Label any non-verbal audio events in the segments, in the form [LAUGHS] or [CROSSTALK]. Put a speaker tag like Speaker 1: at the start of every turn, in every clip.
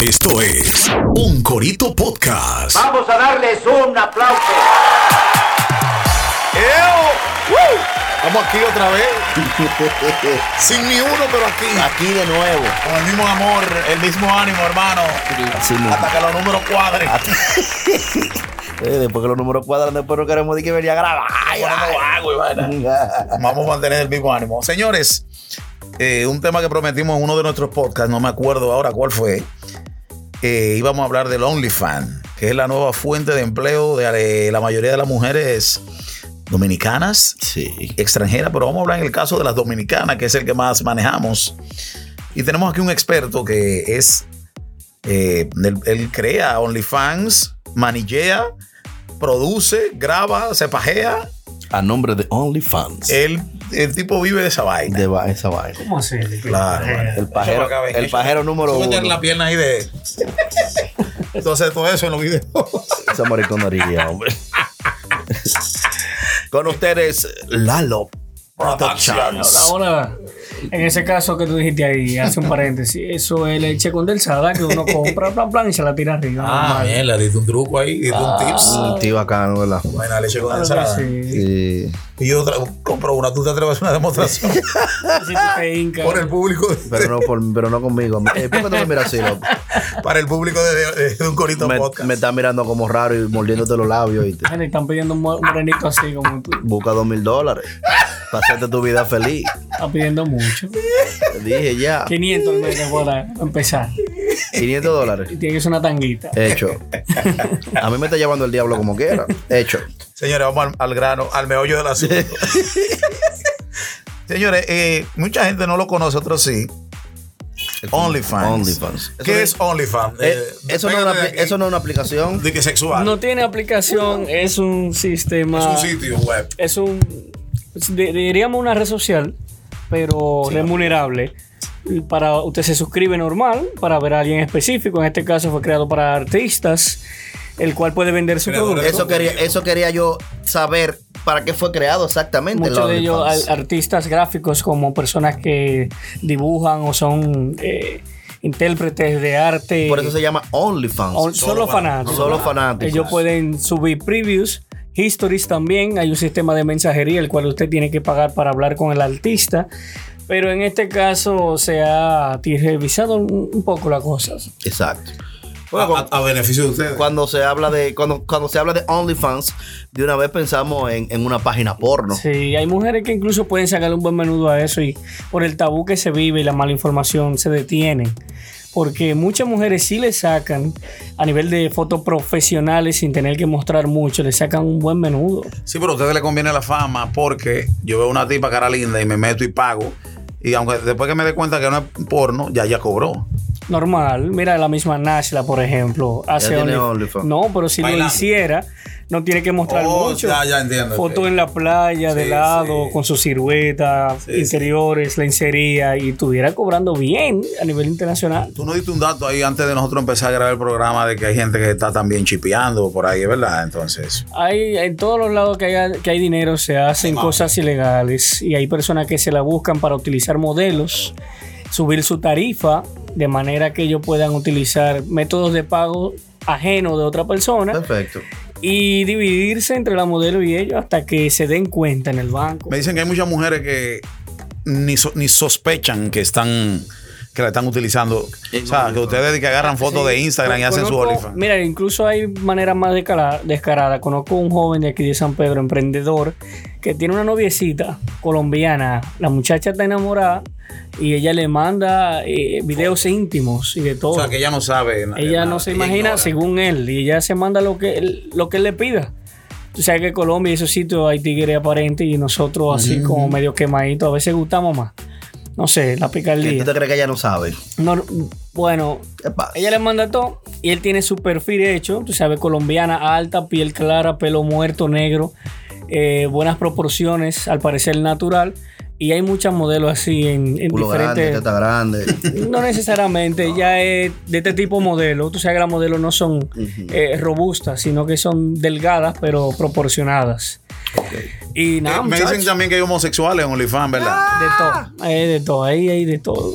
Speaker 1: Esto es Un Corito Podcast.
Speaker 2: Ah,
Speaker 3: Vamos a darles un aplauso.
Speaker 2: Estamos aquí otra vez. Sin ni uno, pero aquí.
Speaker 3: Aquí de nuevo.
Speaker 2: Con el mismo amor, el mismo ánimo, hermano. Hasta que los números cuadren.
Speaker 3: Eh, después que los números cuadran, después no queremos de que venía a grabar. Ay,
Speaker 2: Ponemos agua y vaina.
Speaker 3: ay.
Speaker 2: Vamos a mantener el mismo ánimo. Señores, eh, un tema que prometimos en uno de nuestros podcasts, no me acuerdo ahora cuál fue. eh, íbamos a hablar del OnlyFans, que es la nueva fuente de empleo de eh, la mayoría de las mujeres dominicanas,
Speaker 3: Sí.
Speaker 2: extranjeras, pero vamos a hablar en el caso de las dominicanas, que es el que más manejamos. Y tenemos aquí un experto que es, eh, él, él crea OnlyFans, manillea, produce, graba, se pajea.
Speaker 3: A nombre de OnlyFans.
Speaker 2: El, el tipo vive de esa vaina.
Speaker 3: Eh, de va- esa vaina.
Speaker 4: ¿Cómo así?
Speaker 2: Claro,
Speaker 4: Eh,
Speaker 3: El pajero,
Speaker 2: acá, ven,
Speaker 3: el
Speaker 2: eso.
Speaker 3: pajero número
Speaker 2: Súbete
Speaker 3: uno.
Speaker 2: la pierna ahí de. Entonces, todo eso en los videos.
Speaker 3: Esa mariconería, hombre. Con ustedes, Lalo Productions.
Speaker 4: Ahora, en ese caso que tú dijiste ahí, hace un paréntesis, eso es leche condensada que uno compra, plan, plan, y se la tira arriba. normal.
Speaker 2: Ah, bien, le diste un truco ahí, diste un tips.
Speaker 3: Un tío bacano, ¿verdad?
Speaker 2: Buena leche
Speaker 4: Algo
Speaker 2: condensada.
Speaker 4: así.
Speaker 3: Sí.
Speaker 2: Y yo tra- compro una, tú te atreves a hacer una demostración
Speaker 4: Si tú te hincas.
Speaker 2: por el público,
Speaker 3: Pero no, por- pero no conmigo. Eh, ¿Por qué no me miras así, loco?
Speaker 2: para el público de, de- de un corito
Speaker 3: Me,
Speaker 2: podcast.
Speaker 3: me estás mirando como raro y mordiéndote los labios. ¿viste?
Speaker 4: Ay, le están pidiendo un mo- un morenito así como tú.
Speaker 3: Busca dos mil dólares. Para hacerte tu vida feliz.
Speaker 4: Está pidiendo mucho.
Speaker 3: Te dije
Speaker 2: [LAUGHS]
Speaker 3: ya.
Speaker 4: 500 al mes te voy a dar, para empezar.
Speaker 3: 500 dólares.
Speaker 4: Y tiene que ser una tanguita.
Speaker 2: Eh,
Speaker 3: Hecho. A mí me está llevando el diablo como quiera. Hecho.
Speaker 2: Señores, vamos al, al grano, al meollo del asunto. [LAUGHS] Señores, eh, mucha gente no lo conoce, otros sí. OnlyFans.
Speaker 3: OnlyFans.
Speaker 2: ¿Qué es OnlyFans?
Speaker 3: Eh, eso, no es una,
Speaker 2: pégate de
Speaker 3: apli-
Speaker 2: aquí.
Speaker 3: eso no es una aplicación.
Speaker 2: De que sexual.
Speaker 4: No tiene aplicación, es un sistema.
Speaker 2: Es un sitio web.
Speaker 4: es un es- di- diríamos una red social, pero remunerable. Para usted se suscribe normal para ver a alguien específico. En este caso fue creado para artistas, el cual puede vender su
Speaker 2: Creadores.
Speaker 4: producto.
Speaker 3: Eso quería, eso quería yo saber para qué fue creado exactamente.
Speaker 4: Muchos
Speaker 3: el
Speaker 4: de ellos
Speaker 3: OnlyFans.
Speaker 4: al- artistas gráficos como personas que dibujan o son eh, intérpretes de arte.
Speaker 3: Por eso se llama OnlyFans.
Speaker 4: o-
Speaker 2: solo
Speaker 4: solo fanáticos.
Speaker 3: Solo fanáticos.
Speaker 4: Ellos pueden subir previews, histories también. Hay un sistema de mensajería el cual usted tiene que pagar para hablar con el artista. Pero en este caso se ha ti- revisado un un poco las cosas.
Speaker 3: Exacto.
Speaker 2: A, a- a beneficio de ustedes.
Speaker 3: Cuando se habla de cuando, cuando se habla de OnlyFans, de una vez pensamos en, en una página porno.
Speaker 4: Sí, hay mujeres que incluso pueden sacarle un buen menudo a eso y por el tabú que se vive y la mala información se detienen. Porque muchas mujeres sí le sacan a nivel de fotos profesionales sin tener que mostrar mucho, le sacan un buen menudo.
Speaker 2: Sí, pero a ustedes les conviene la fama porque yo veo una tipa cara linda y me meto y pago. Y aunque después que me dé cuenta que no es porno, ya ya cobró.
Speaker 4: Normal, mira la misma Nashla, por ejemplo. Hace
Speaker 3: tiene
Speaker 4: Only-
Speaker 3: OnlyFans.
Speaker 4: No, pero si lo
Speaker 2: Bailando.
Speaker 4: hiciera, no tiene que mostrar
Speaker 2: Oh,
Speaker 4: mucho.
Speaker 2: ya, ya entiendo.
Speaker 4: Foto en la playa, de
Speaker 2: Sí,
Speaker 4: lado,
Speaker 2: sí.
Speaker 4: con su silueta,
Speaker 2: Sí,
Speaker 4: interiores, lencería, y estuviera cobrando bien a nivel internacional.
Speaker 2: Tú no diste un dato ahí antes de nosotros empezar a grabar el programa de que hay gente que está también chipeando por ahí, ¿verdad? Entonces,
Speaker 4: Hay, en todos los lados que, haya- que hay dinero se
Speaker 2: Ah.
Speaker 4: hacen cosas ilegales y hay personas que se la buscan para utilizar modelos, subir su tarifa de manera que ellos puedan utilizar métodos de pago ajeno de otra persona.
Speaker 3: Perfecto.
Speaker 4: y dividirse entre la modelo y ellos hasta que se den cuenta en el banco.
Speaker 2: me dicen que hay muchas mujeres que ni, so- ni sospechan que están que la están utilizando. O sea, que ustedes de que agarran fotos de Instagram y hacen su
Speaker 4: pues, Conozco-
Speaker 2: OnlyFans.
Speaker 4: Mira, incluso hay manera más descala- descarada. Conozco un joven de aquí de San Pedro, emprendedor, que tiene una noviecita colombiana. La muchacha está enamorada y ella le manda eh, videos íntimos y de todo.
Speaker 2: O sea, que ella no sabe. na-
Speaker 4: Ella
Speaker 2: nada,
Speaker 4: no se imagina
Speaker 3: eh.
Speaker 2: ignora.
Speaker 4: según él y ella se manda lo que él, lo que él le pida. Tú sabes que en Colombia y esos sitios hay tigre aparente y nosotros así como medio quemaditos a veces gustamos más. No sé, la
Speaker 3: ¿Y ¿Tú
Speaker 4: picardía.
Speaker 3: te crees que ella no sabe?
Speaker 4: No, bueno,
Speaker 3: ¿Qué pasa?
Speaker 4: ella le manda todo y él tiene su perfil hecho, tú sabes, colombiana, alta, piel clara, pelo muerto, negro, eh, buenas proporciones, al parecer natural. Y hay muchas modelos así en, en
Speaker 3: Culo grande,
Speaker 4: diferentes...
Speaker 3: teta grande.
Speaker 4: No necesariamente, ya es de este tipo modelo. Tú sabes que las modelos no son eh, robustas, sino que son delgadas, pero proporcionadas. Y
Speaker 2: Eh,
Speaker 4: nada,
Speaker 2: me
Speaker 4: muchachos, Eh,
Speaker 2: dicen también que hay homosexuales en OnlyFans, ¿verdad?
Speaker 4: de todo. Hay de todo, ahí hay de todo.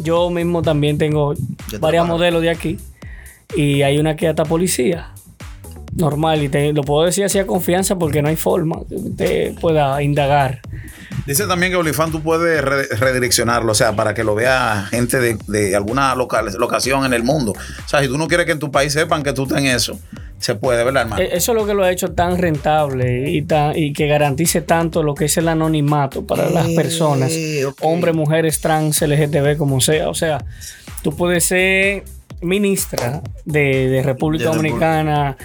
Speaker 4: Yo mismo también tengo
Speaker 3: te
Speaker 4: varias
Speaker 3: paro.
Speaker 4: modelos de aquí. Y hay una que hasta policía. Normal. Y te- lo puedo decir así a confianza porque no hay forma que usted pueda indagar.
Speaker 2: Dice también que OnlyFans tú puedes re- redireccionarlo, o sea, para que lo vea gente de, de alguna local- locación en el mundo. O sea, si tú no quieres que en tu país sepan que tú estás en eso, se puede, ¿verdad, hermano?
Speaker 4: E- Eso es lo que lo ha hecho tan rentable y, tan, y que garantice tanto lo que es el anonimato [LAUGHS] para las
Speaker 3: Eh,
Speaker 4: personas,
Speaker 3: ok.
Speaker 4: hombres, mujeres, trans, LGTB, como sea. O sea, tú puedes ser ministra de, de República
Speaker 3: De República.
Speaker 4: Dominicana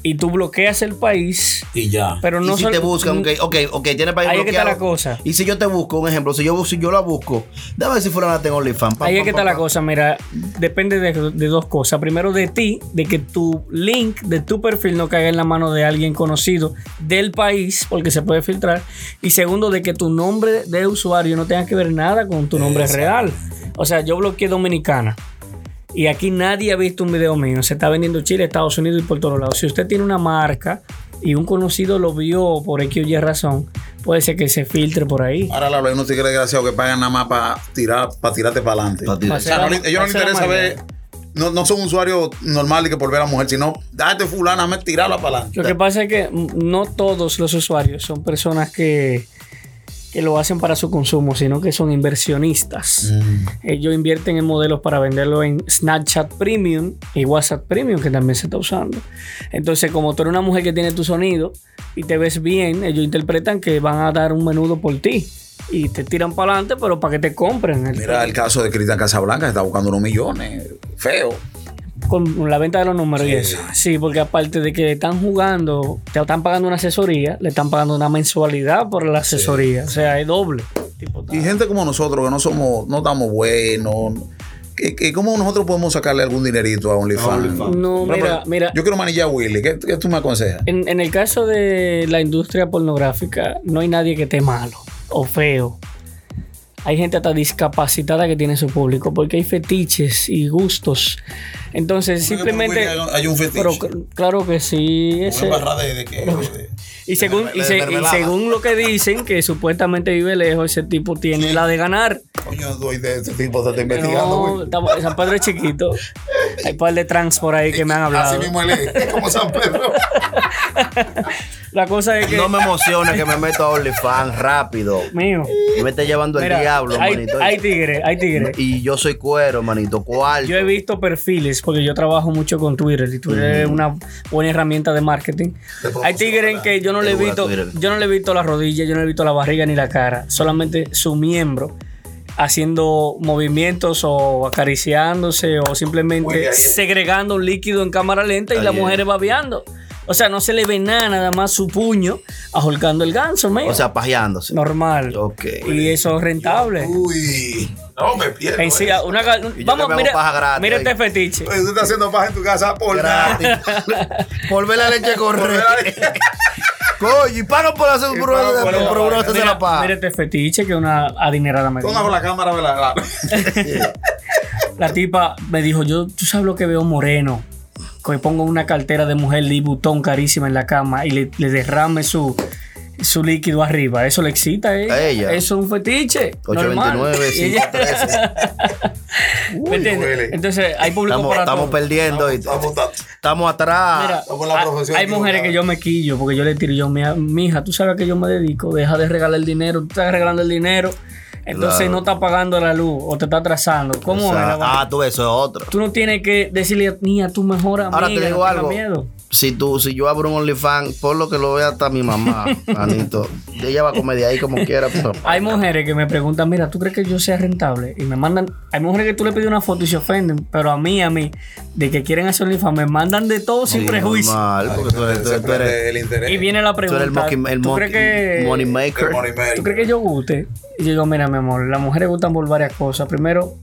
Speaker 4: y tú bloqueas el país,
Speaker 5: Y ya.
Speaker 4: pero no
Speaker 3: y si
Speaker 4: solo-
Speaker 3: te buscan, ok, ok, ok, tiene país
Speaker 4: Ahí es que está
Speaker 3: bloqueado.
Speaker 4: la cosa.
Speaker 3: Y si yo te busco, un ejemplo, si yo, si yo la busco, déjame ver si fulana tengo OnlyFans. pam,
Speaker 4: Ahí es
Speaker 3: pam,
Speaker 4: que está
Speaker 3: pam,
Speaker 4: la
Speaker 3: pam.
Speaker 4: cosa, mira, depende de, de dos cosas. Primero de ti, de que tu link de tu perfil no caiga en la mano de alguien conocido del país, porque se puede filtrar. Y segundo, de que tu nombre de usuario no tenga que ver nada con tu nombre real. O sea, yo bloqueé Dominicana. Y aquí nadie ha visto un video mío. Se está vendiendo en Chile, Estados Unidos y por todos lados. Si usted tiene una marca y un conocido lo vio por X o Y razón, puede ser que se filtre por ahí.
Speaker 2: Ahora la hay unos tigres desgraciados que pagan nada más para tirar, para tirarte para adelante.
Speaker 3: Pa' tirar.
Speaker 2: O sea, no, le- ellos no les
Speaker 4: Hacer la
Speaker 2: interesa
Speaker 4: maldad.
Speaker 2: ver, no, no son usuarios normales que por ver a la mujer, sino date fulana, me tirarla para adelante.
Speaker 4: Lo que pasa es que mm, no todos los usuarios son personas que, que lo hacen para su consumo, sino que son inversionistas. Ellos invierten en modelos para venderlo en Snapchat Premium y WhatsApp Premium, que también se está usando. Entonces, como tú eres una mujer que tiene tu sonido y te ves bien, ellos interpretan que van a dar un menudo por ti. Y te tiran para adelante, pero para que te compren. el-
Speaker 2: Mira el caso de Cristian Casablanca, que está buscando unos millones. Feo.
Speaker 4: con la venta de los números y eso. Sí, porque aparte de que están jugando, te están pagando una asesoría, le están pagando una mensualidad por la asesoría. O sea, es doble. Tipo,
Speaker 2: Y gente como nosotros que no somos, no estamos buenos. que- que ¿Cómo nosotros podemos sacarle algún dinerito a OnlyFans?
Speaker 4: no,
Speaker 2: Por ejemplo,
Speaker 4: mira, mira. Eh,
Speaker 2: Yo quiero manillar a Willy. ¿Qué, qué tú me aconsejas?
Speaker 4: En, en el caso de la industria pornográfica, no hay nadie que esté malo o feo. Hay gente hasta discapacitada que tiene su público porque hay fetiches y gustos. Entonces,
Speaker 2: Porque por
Speaker 4: simplemente.
Speaker 2: Willy hay- hay un fetiche.
Speaker 4: Pero cl- claro que sí.
Speaker 2: Una
Speaker 4: Ese,
Speaker 2: barra de- de que- de-
Speaker 4: Y según, y,
Speaker 3: de
Speaker 4: se- y
Speaker 3: mermelada.
Speaker 4: según lo que dicen, que supuestamente vive lejos, ese tipo tiene la de ganar.
Speaker 2: Coño, doy de ese tipo, te está investigando,
Speaker 4: No,
Speaker 2: Willy.
Speaker 4: estamos- San Pedro es chiquito. Hay un par de trans por ahí que me han
Speaker 2: Así
Speaker 4: hablado.
Speaker 2: mismo él es, [LAUGHS] es como San Pedro.
Speaker 4: La cosa es que.
Speaker 3: No me emociona que me meto a OnlyFans
Speaker 4: [LAUGHS]
Speaker 3: rápido.
Speaker 4: Mío.
Speaker 3: Y me está llevando el
Speaker 4: Mira,
Speaker 3: diablo,
Speaker 4: hay,
Speaker 3: manito.
Speaker 4: hay tigre, hay tigre.
Speaker 3: y yo soy cuero, manito, cuarto.
Speaker 4: Yo he visto perfiles, porque yo trabajo mucho con Twitter y Twitter es una buena herramienta de marketing. Hay tigres en que yo no
Speaker 3: Te
Speaker 4: le he
Speaker 3: dura
Speaker 4: visto,
Speaker 3: Twitter.
Speaker 4: yo no le he visto la rodilla, yo no le he visto la barriga ni la cara, solamente su miembro haciendo movimientos o acariciándose o
Speaker 2: Oye,
Speaker 4: simplemente
Speaker 2: ahí-
Speaker 4: segregando un líquido en cámara lenta y las
Speaker 3: Ahí es.
Speaker 4: mujeres babeando. O sea, no se le ve nada, nada más su puño ahorcando el ganso, mío.
Speaker 3: O sea, pajeándose.
Speaker 4: normal. [LAUGHS]
Speaker 3: Ok.
Speaker 4: Y eso es rentable.
Speaker 2: Uy, no me pierdo.
Speaker 4: En sí,
Speaker 2: eh.
Speaker 4: una ga-
Speaker 3: yo
Speaker 4: vamos,
Speaker 3: le hago paja
Speaker 4: mira,
Speaker 3: gratis,
Speaker 4: mira
Speaker 3: oiga.
Speaker 4: este fetiche.
Speaker 2: Oye, tú estás haciendo paja en tu casa por nada.
Speaker 3: Gratis. [LAUGHS] Por ver la leche correr. Coño, y pagan por hacer un
Speaker 2: Y pagan por la
Speaker 3: programa
Speaker 2: vaina.
Speaker 3: de la paja.
Speaker 4: Mira este fetiche que una adinerada me
Speaker 2: Ponga por la cámara, ¿verdad?
Speaker 4: La tipa me dijo, yo, tú sabes lo que veo moreno. Que pongo una cartera de mujer de botón carísima en la cama y le, le derrame su, su líquido arriba. Eso le excita a ella.
Speaker 3: A ella.
Speaker 4: Eso es un fetiche. normal. [LAUGHS]
Speaker 3: 829,
Speaker 4: Y ella-
Speaker 3: 513.
Speaker 4: ¿Me entiendes?
Speaker 2: huele.
Speaker 4: Entonces, hay público
Speaker 3: Estamos,
Speaker 4: para
Speaker 3: estamos
Speaker 4: todo.
Speaker 3: perdiendo. y-
Speaker 2: Vamos, vamos,
Speaker 3: Estamos atrás.
Speaker 4: Mira,
Speaker 2: estamos en la
Speaker 4: hay-
Speaker 2: profesión
Speaker 4: hay mujeres
Speaker 2: equivocada.
Speaker 4: que yo me quillo porque yo le tiro yo, mija, mija, tú sabes a qué yo me dedico, deja de regalar el dinero, tú estás regalando el dinero, entonces
Speaker 3: Claro.
Speaker 4: no estás pagando la luz o te estás atrasando. ¿Cómo
Speaker 3: O sea,
Speaker 4: es la vaina?
Speaker 3: ah, tú, eso es otro.
Speaker 4: Tú no tienes que decirle ni a tu mejor amiga.
Speaker 3: Ahora te digo
Speaker 4: no tenga
Speaker 3: algo.
Speaker 4: miedo.
Speaker 3: Si tú, si yo abro un OnlyFans, por lo que lo vea hasta mi
Speaker 4: [LAUGHS]
Speaker 3: mamá, Anito. Ella va a comer de ahí como quiera. pero-
Speaker 4: Hay mujeres que me preguntan, mira, ¿tú crees que yo sea rentable? Y me mandan, hay mujeres que tú le pides una foto y se ofenden, pero a mí, a mí, de que quieren hacer OnlyFans, me mandan de todo sin
Speaker 3: Sí,
Speaker 4: prejuicio.
Speaker 3: normal, porque tú eres, tú
Speaker 2: Se
Speaker 3: eres- tú eres-
Speaker 2: prende el interés.
Speaker 4: Y viene la
Speaker 3: tú eres
Speaker 4: pregunta,
Speaker 3: el, monkey- el
Speaker 4: ¿tú
Speaker 3: monkey-
Speaker 4: crees que
Speaker 3: money maker.
Speaker 2: El money maker.
Speaker 4: ¿Tú crees que yo guste? Y yo digo, mira, mi amor, las mujeres gustan por varias cosas. Primero,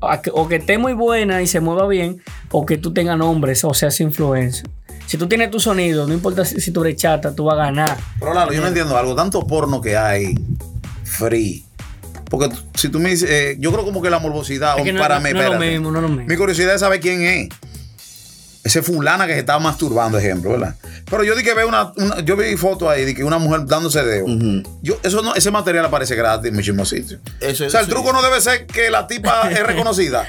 Speaker 4: a que- o que esté muy buena y se mueva bien, o que tú tengas nombres, o seas influencer. Si tú tienes tu sonido, no importa si, si tú eres chata, tú vas a ganar.
Speaker 2: Pero Lalo, yo no entiendo algo. Tanto porno que hay, free. Porque t- si tú me dices, eh, yo creo como que la morbosidad,
Speaker 4: Es que no-
Speaker 2: para
Speaker 4: no-
Speaker 2: mí,
Speaker 4: no es lo
Speaker 2: espérate.
Speaker 4: mismo, no es lo mismo.
Speaker 2: Mi curiosidad es saber quién es. Ese fulana que se está masturbando, ejemplo, ¿verdad? Pero yo di que veo una, una- yo vi fotos ahí de que una mujer dándose dedo. Yo, eso no, ese material aparece gratis en muchísimos sitios.
Speaker 3: Eso
Speaker 2: o
Speaker 3: es-
Speaker 2: sea, el
Speaker 3: sí.
Speaker 2: truco no debe ser que la tipa
Speaker 4: [LAUGHS]
Speaker 2: es reconocida.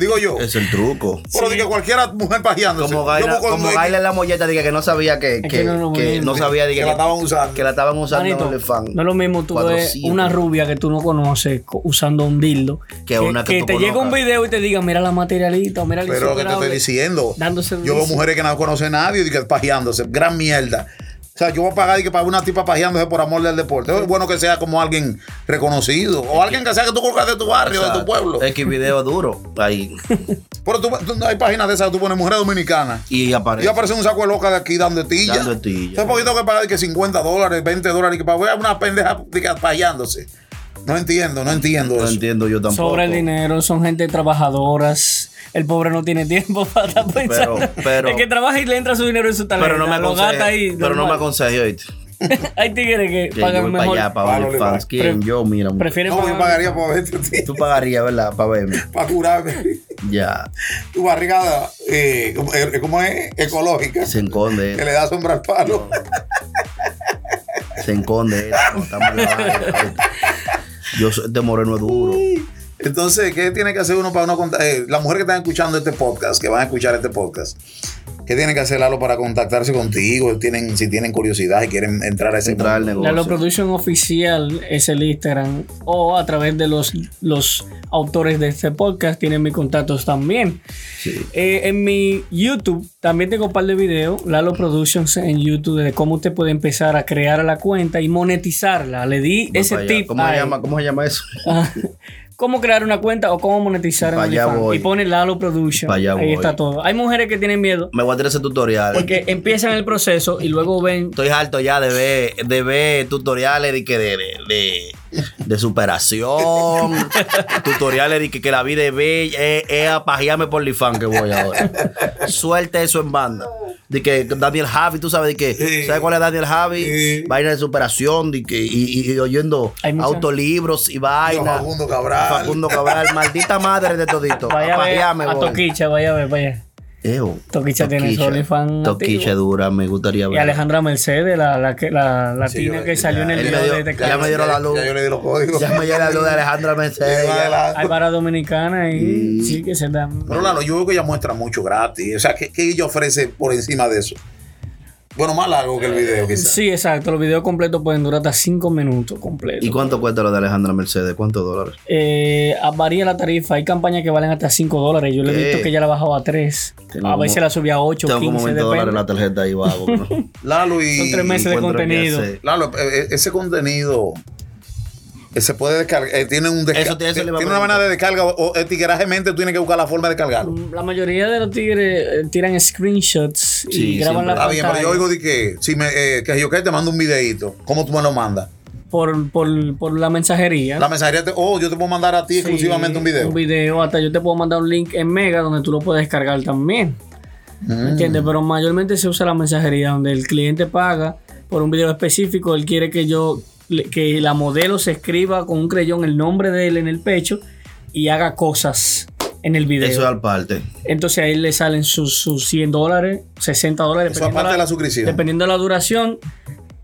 Speaker 2: Digo yo.
Speaker 3: Es el truco.
Speaker 2: Pero de que cualquiera mujer pajeándose.
Speaker 3: Como
Speaker 2: Yo
Speaker 3: Gaila,
Speaker 2: busco
Speaker 3: como
Speaker 2: en-
Speaker 3: Gaila en la molleta, dije que no sabía que, que,
Speaker 4: que no, no,
Speaker 3: que
Speaker 4: no,
Speaker 3: no sabía dije,
Speaker 2: que la estaban usando.
Speaker 3: que la estaban usando en
Speaker 4: Manito,
Speaker 3: OnlyFans.
Speaker 4: no es lo mismo tú ves
Speaker 3: 400.
Speaker 4: una rubia que tú no conoces co- usando un dildo.
Speaker 3: Que una que tú
Speaker 4: te llega un
Speaker 3: conozcas.
Speaker 4: video y te diga, mira la materialita, mira el
Speaker 2: Pero lo que te estoy
Speaker 4: insuperable".
Speaker 2: diciendo.
Speaker 4: Dándose
Speaker 2: yo veo
Speaker 4: risa.
Speaker 2: mujeres que no conocen a nadie y que pajeándose. Gran mierda. O sea, yo voy a pagar y que para una tipa pajeándose por amor del deporte. Es bueno que sea como alguien reconocido. O alguien que sea que tú conozcas de tu barrio, de tu pueblo.
Speaker 3: Es que video duro ahí.
Speaker 2: Pero tú, tú- hay páginas de esas que tú pones mujeres dominicanas.
Speaker 3: Y
Speaker 2: Y
Speaker 3: aparece.
Speaker 2: aparece un saco de loca de aquí dando tilla.
Speaker 3: Dando tilla.
Speaker 2: Entonces, ¿por qué tengo que pagar de que 50 dólares, 20 dólares? Y que para ver a una pendeja de que pajeándose. No entiendo, no entiendo
Speaker 3: No
Speaker 2: eso.
Speaker 3: entiendo yo tampoco.
Speaker 4: Sobre el dinero, son gente trabajadoras. El pobre no tiene tiempo [LAUGHS] para estar pensando.
Speaker 3: pero-
Speaker 4: el que trabaja y le entra su dinero en su talento.
Speaker 3: Pero no me aconseje. pero no me aconseje oíste.
Speaker 4: [LAUGHS] Hay tigres que,
Speaker 3: Que yo
Speaker 4: pagan
Speaker 3: voy para
Speaker 4: mejor.
Speaker 3: allá, para
Speaker 2: Palo
Speaker 3: OnlyFans.
Speaker 2: le
Speaker 3: ¿Quién?
Speaker 4: Pre-
Speaker 3: Yo, mira. mujer.
Speaker 4: Prefieren
Speaker 2: No, yo
Speaker 4: pagar-
Speaker 2: pagaría por verte,
Speaker 3: [LAUGHS] Tú pagarías, ¿verdad? Para verme.
Speaker 2: [LAUGHS] para curarme.
Speaker 3: Ya.
Speaker 2: tu barrigada, eh, como- eh, como es ecológica,
Speaker 3: Se esconde.
Speaker 2: [LAUGHS] que le da sombra al palo.
Speaker 3: Se esconde. esto, no, estamos en la
Speaker 4: [LAUGHS]
Speaker 3: vaina, oíste. Yo soy de moreno duro.
Speaker 2: Entonces, ¿qué tiene que hacer uno para no contar? eh, las mujeres que están escuchando este podcast, que van a escuchar este podcast, ¿qué tienen que hacer, Lalo, para contactarse contigo? Tienen, si tienen curiosidad y quieren entrar a ese
Speaker 3: Entrar al
Speaker 2: mundo.
Speaker 3: negocio.
Speaker 4: Lalo Production oficial es el Instagram o a través de los, los autores de este podcast tienen mis contactos también.
Speaker 3: Sí.
Speaker 4: Eh, en mi YouTube también tengo un par de videos, Lalo Productions en YouTube, de cómo usted puede empezar a crear la cuenta y monetizarla. Le di
Speaker 3: Voy
Speaker 4: ese
Speaker 3: para allá.
Speaker 4: tip.
Speaker 3: ¿Cómo
Speaker 4: a
Speaker 3: se,
Speaker 4: él.
Speaker 3: llama, ¿Cómo se llama eso?
Speaker 4: Ah, ¿Cómo crear una cuenta o cómo monetizar en
Speaker 3: Para allá
Speaker 4: OnlyFans?
Speaker 3: voy.
Speaker 4: Y pone Lalo Production.
Speaker 3: Para allá
Speaker 4: Ahí
Speaker 3: voy.
Speaker 4: está todo. Hay mujeres que tienen miedo
Speaker 3: Me voy a tirar ese tutorial.
Speaker 4: porque empiezan el proceso y luego ven
Speaker 3: Estoy harto ya de ver, de ver tutoriales de, que de, de, de- de
Speaker 2: [LAUGHS]
Speaker 3: superación, tutoriales de que, que la vida es bella, es, es a pajearme por Lifan que voy ahora. Suelta eso en banda. De que Daniel Javi, tú sabes de que,
Speaker 2: Sí.
Speaker 3: ¿sabes cuál es Daniel Javi?
Speaker 2: Sí.
Speaker 3: Vaina de superación de que, y, y- y oyendo
Speaker 4: Hay mucha-
Speaker 3: autolibros y
Speaker 2: Ay,
Speaker 3: vaina.
Speaker 2: Facundo Cabral.
Speaker 3: Facundo Cabral, maldita madre de todito.
Speaker 4: Vaya
Speaker 3: a
Speaker 4: a ver
Speaker 3: pajearme
Speaker 4: a
Speaker 3: voy.
Speaker 4: Toquicha, vaya a ver, vaya.
Speaker 3: Ew.
Speaker 4: Toquicha tiene su OnlyFans
Speaker 3: Toquicha
Speaker 4: activo.
Speaker 3: dura, me gustaría
Speaker 4: Y
Speaker 3: ver.
Speaker 4: Alejandra Mercedes, la, la, que- la
Speaker 2: Sí,
Speaker 4: latina
Speaker 2: yo-
Speaker 4: que salió en el
Speaker 3: él me
Speaker 4: video
Speaker 3: dio-
Speaker 4: de este
Speaker 3: ya me
Speaker 4: Tecate.
Speaker 3: dieron la luz.
Speaker 2: Ya yo le di los códigos.
Speaker 3: Ya me llega la luz de Alejandra [LAUGHS] Mercedes.
Speaker 2: Ya,
Speaker 3: ya.
Speaker 2: la-
Speaker 4: Hay para dominicana y sí que se dan.
Speaker 2: Pero Lalo, yo veo que ella muestra mucho gratis. O sea, ¿qué, qué ella ofrece por encima de eso? Bueno, más largo que el video, quizás.
Speaker 4: Sí, exacto. Los videos completos pueden durar hasta 5 minutos completos.
Speaker 3: ¿Y cuánto cuesta lo de Alejandra Mercedes? ¿Cuántos dólares?
Speaker 4: Eh, varía la tarifa. Hay campañas que valen hasta 5 dólares. Yo le he
Speaker 3: ¿Qué?
Speaker 4: visto que ella la bajaba a 3.
Speaker 3: Tengo
Speaker 4: A
Speaker 3: como-
Speaker 4: veces la subía a 8,
Speaker 3: Tengo
Speaker 4: 15.
Speaker 3: como 20 dólares
Speaker 4: depende.
Speaker 3: en la tarjeta ahí vago. ¿no?
Speaker 4: [LAUGHS]
Speaker 2: Lalo y.
Speaker 4: Son tres meses de
Speaker 3: Encuentro que
Speaker 4: contenido.
Speaker 3: hace-
Speaker 2: Lalo, eh, eh, ese contenido eh, se puede descargar. eh, tiene un desca-
Speaker 3: Eso te- eso le iba a
Speaker 2: tiene una
Speaker 3: preguntar.
Speaker 2: manera de descarga. O, o etiquerajemente tú tienes que buscar la forma de cargarlo.
Speaker 4: La mayoría de los tigres eh, tiran screenshots y
Speaker 3: Sí,
Speaker 4: graban
Speaker 3: siempre.
Speaker 4: la
Speaker 2: Está Ah, bien, pero yo
Speaker 4: pantalla.
Speaker 2: oigo de que si me, eh, que yo que te mando un videito, ¿cómo tú me lo mandas?
Speaker 4: por, por, por la mensajería.
Speaker 2: La mensajería te, oh, yo te puedo mandar a ti exclusivamente un video.
Speaker 4: Un video, hasta yo te puedo mandar un link en Mega donde tú lo puedes descargar también.
Speaker 2: Mm.
Speaker 4: ¿Me entiendes? Pero mayormente se usa la mensajería donde el cliente paga por un video específico. Él quiere que yo, le- que la modelo se escriba con un creyón el nombre de él en el pecho y haga cosas en el video.
Speaker 3: Eso es al parte.
Speaker 4: Entonces ahí le salen sus, sus 100 dólares, 60 dólares.
Speaker 2: Eso
Speaker 4: dependiendo
Speaker 2: aparte de la suscripción.
Speaker 4: Dependiendo de la duración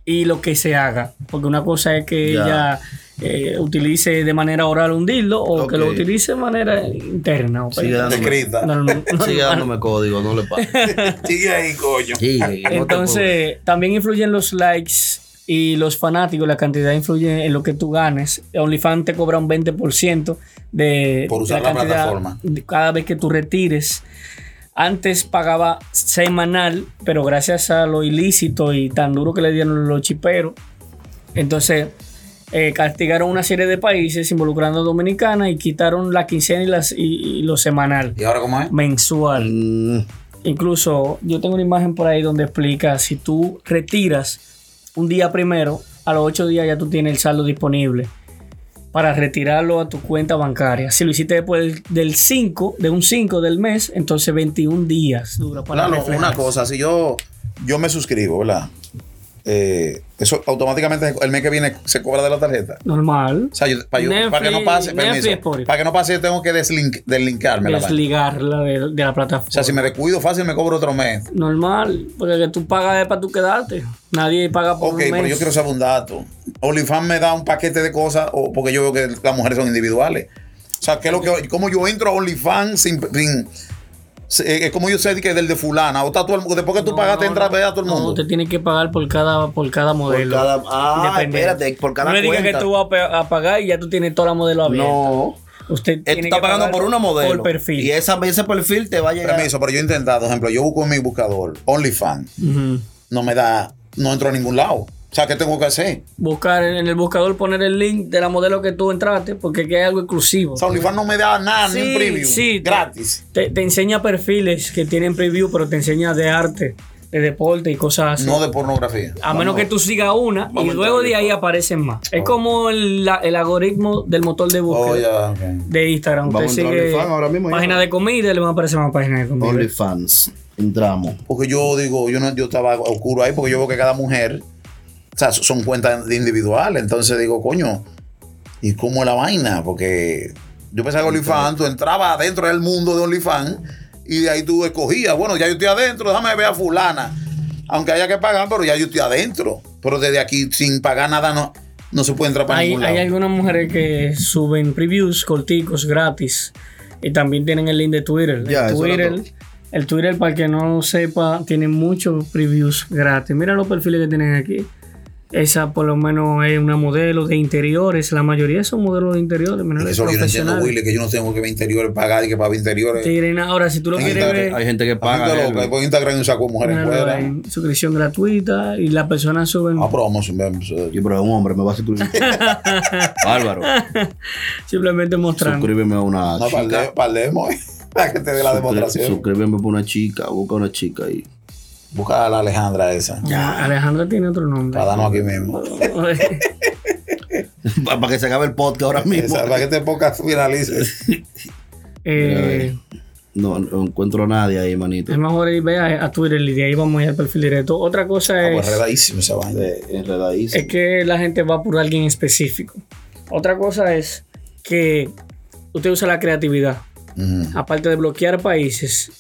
Speaker 4: y lo que se haga. Porque una cosa es que
Speaker 3: Ya.
Speaker 4: ella eh, utilice de manera oral un dildo o que lo
Speaker 3: Ok.
Speaker 4: utilice de manera interna. o
Speaker 3: Sigue dándome,
Speaker 2: Escrita.
Speaker 4: no, no, [LAUGHS] no.
Speaker 3: sigue dándome código, no le
Speaker 4: [LAUGHS]
Speaker 3: pasa.
Speaker 2: [LAUGHS] Sigue ahí, coño.
Speaker 3: Sigue. no te
Speaker 4: Entonces también influyen los likes y los fanáticos. La cantidad influye en lo que tú ganes. OnlyFans te cobra un 20% de,
Speaker 2: Por usar
Speaker 4: de
Speaker 2: la plataforma.
Speaker 4: de cada vez que tú retires. Antes pagaba semanal, pero gracias a lo ilícito y tan duro que le dieron los chiperos, entonces eh, castigaron una serie de países involucrando a Dominicana y quitaron la quincena y, las, y- y lo semanal,
Speaker 2: ¿Y ahora cómo es?
Speaker 4: mensual.
Speaker 3: Mm,
Speaker 4: Incluso yo tengo una imagen por ahí donde explica si tú retiras un día primero, a los ocho días ya tú tienes el saldo disponible para retirarlo a tu cuenta bancaria. Si lo hiciste después del- del 5, de un 5 del mes, entonces 21 días dura para
Speaker 2: Lalo,
Speaker 4: reflejar.
Speaker 2: una cosa, si yo, yo me suscribo, ¿verdad? eh, eso automáticamente el mes que viene se cobra de la tarjeta.
Speaker 4: Normal.
Speaker 2: O sea, yo- para, yo- para
Speaker 4: Netflix-
Speaker 2: que no pase,
Speaker 4: Netflix,
Speaker 2: permiso,
Speaker 4: Spotify.
Speaker 2: para que no pase, yo tengo que deslink- deslinkarme. la vaina.
Speaker 4: Desligarla de, de la plataforma.
Speaker 2: o sea, si me descuido fácil, me cobro otro mes.
Speaker 4: Normal, porque que tú pagas es para tú quedarte. Nadie paga por
Speaker 2: Ok,
Speaker 4: un mes.
Speaker 2: pero yo quiero saber un dato. OnlyFans me da un paquete de cosas o porque yo veo que las mujeres son individuales. O sea, ¿qué es lo que, ¿cómo yo entro a OnlyFans sin... sin- eh, como yo sé que del de fulana, o está todo el mundo, después que tú
Speaker 4: No,
Speaker 2: pagaste,
Speaker 4: no,
Speaker 2: entras
Speaker 4: no.
Speaker 2: a ver a todo el
Speaker 4: No,
Speaker 2: mundo.
Speaker 4: usted tiene que pagar por cada, por cada modelo.
Speaker 3: cada- ah,
Speaker 4: Independiente.
Speaker 3: espérate, por cada
Speaker 4: No le digas
Speaker 3: cuenta.
Speaker 4: que tú vas a pe- a pagar y ya tú tienes toda la modelo abierta.
Speaker 3: No.
Speaker 4: Usted
Speaker 3: Eh, Tú
Speaker 4: tiene
Speaker 3: estás
Speaker 4: que
Speaker 3: pagando
Speaker 4: pagar
Speaker 3: por una modelo.
Speaker 4: Por perfil.
Speaker 3: Y esa, ese perfil te va a llegar.
Speaker 2: Permiso, pero yo he intentado, ejemplo, yo busco en mi buscador OnlyFans,
Speaker 4: Ujú.
Speaker 2: no me da, no entro a ningún lado. O sea, ¿qué tengo que hacer?
Speaker 4: Buscar en el buscador poner el link de la modelo que tú entraste, porque que es algo exclusivo.
Speaker 2: O sea, OnlyFans no me da nada, ni un
Speaker 4: Sí,
Speaker 2: preview,
Speaker 4: sí, te-
Speaker 2: gratis.
Speaker 4: Te, te enseña perfiles que tienen preview, pero te enseña de arte, de deporte y cosas así.
Speaker 2: No de pornografía.
Speaker 4: A menos que tú sigas una y luego de ahí aparecen más.
Speaker 3: Oh.
Speaker 4: Es como el, la- el algoritmo del motor de búsqueda
Speaker 2: Oh, ya, ok.
Speaker 4: de Instagram. Usted
Speaker 3: Vamos a entrar a
Speaker 4: sigue
Speaker 3: OnlyFans ahora mismo, ya.
Speaker 4: página de comida y le van a aparecer más páginas de comida.
Speaker 3: OnlyFans. Entramos.
Speaker 2: Porque yo digo, yo no, yo estaba oscuro ahí porque yo veo que cada mujer, o sea, son cuentas individuales. Entonces digo, coño, ¿y cómo es la vaina? Porque yo pensaba que OnlyFans, tú entrabas adentro del mundo de OnlyFans y de ahí tú escogías, bueno, ya yo estoy adentro, déjame ver a fulana. Aunque haya que pagar, pero ya yo estoy adentro. Pero desde aquí, sin pagar nada, no, no se puede entrar para
Speaker 4: Hay,
Speaker 2: ningún lado.
Speaker 4: hay algunas mujeres que suben previews corticos gratis y también tienen el link de Twitter.
Speaker 3: Ya,
Speaker 4: el
Speaker 3: eso era
Speaker 4: Twitter,
Speaker 3: todo.
Speaker 4: el Twitter para el que no lo sepa, tiene muchos previews gratis. Mira los perfiles que tienen aquí. Esa por lo menos es una modelo de interiores. La mayoría son modelos de interiores.
Speaker 2: Eso
Speaker 4: mira,
Speaker 2: yo no entiendo,
Speaker 4: profesionales.
Speaker 2: Willy, que yo no tengo que ver interiores, pagar y que para ver interiores.
Speaker 4: Tigre, nada. ahora si tú lo
Speaker 2: Hay
Speaker 4: quieres
Speaker 2: gente-
Speaker 4: ver,
Speaker 3: Hay gente que paga.
Speaker 2: Paga loca,
Speaker 3: Elvin.
Speaker 2: y por Instagram hay un saco de mujeres
Speaker 4: míralo
Speaker 2: fuera.
Speaker 4: ahí, suscripción gratuita y la persona sube.
Speaker 2: Ah, pero vamos, vamos,
Speaker 3: Yo, pero es un hombre, me va a
Speaker 4: [LAUGHS]
Speaker 3: suscribir. Bárbaro.
Speaker 4: simplemente mostrando.
Speaker 3: Suscríbeme a una
Speaker 2: No,
Speaker 3: chica.
Speaker 2: parle- parlemos. [LAUGHS] Para que te dé la
Speaker 3: Suscri-
Speaker 2: demostración.
Speaker 3: Suscríbeme por una chica, busca una chica [LAUGHS] y.
Speaker 2: Busca a la Alejandra esa.
Speaker 4: Ah, Alejandra tiene otro nombre. [LAUGHS] Eh,
Speaker 2: Para darnos aquí mismo.
Speaker 3: para que se acabe el podcast ahora mismo.
Speaker 2: Esa- para que este podcast finalice.
Speaker 4: Eh,
Speaker 3: No, no encuentro a nadie ahí, manito.
Speaker 4: es mejor ir ve a, a Twitter y de ahí vamos a ir al perfil directo. Otra
Speaker 3: Ah,
Speaker 2: Ah,
Speaker 4: cosa
Speaker 3: pues
Speaker 2: pues
Speaker 4: es,
Speaker 2: Arredadísimo esa vaina.
Speaker 3: Eh, Enredadísimo.
Speaker 4: es que la gente va por alguien específico. Otra cosa es que usted usa la creatividad.
Speaker 2: Ujú.
Speaker 4: Aparte de bloquear países,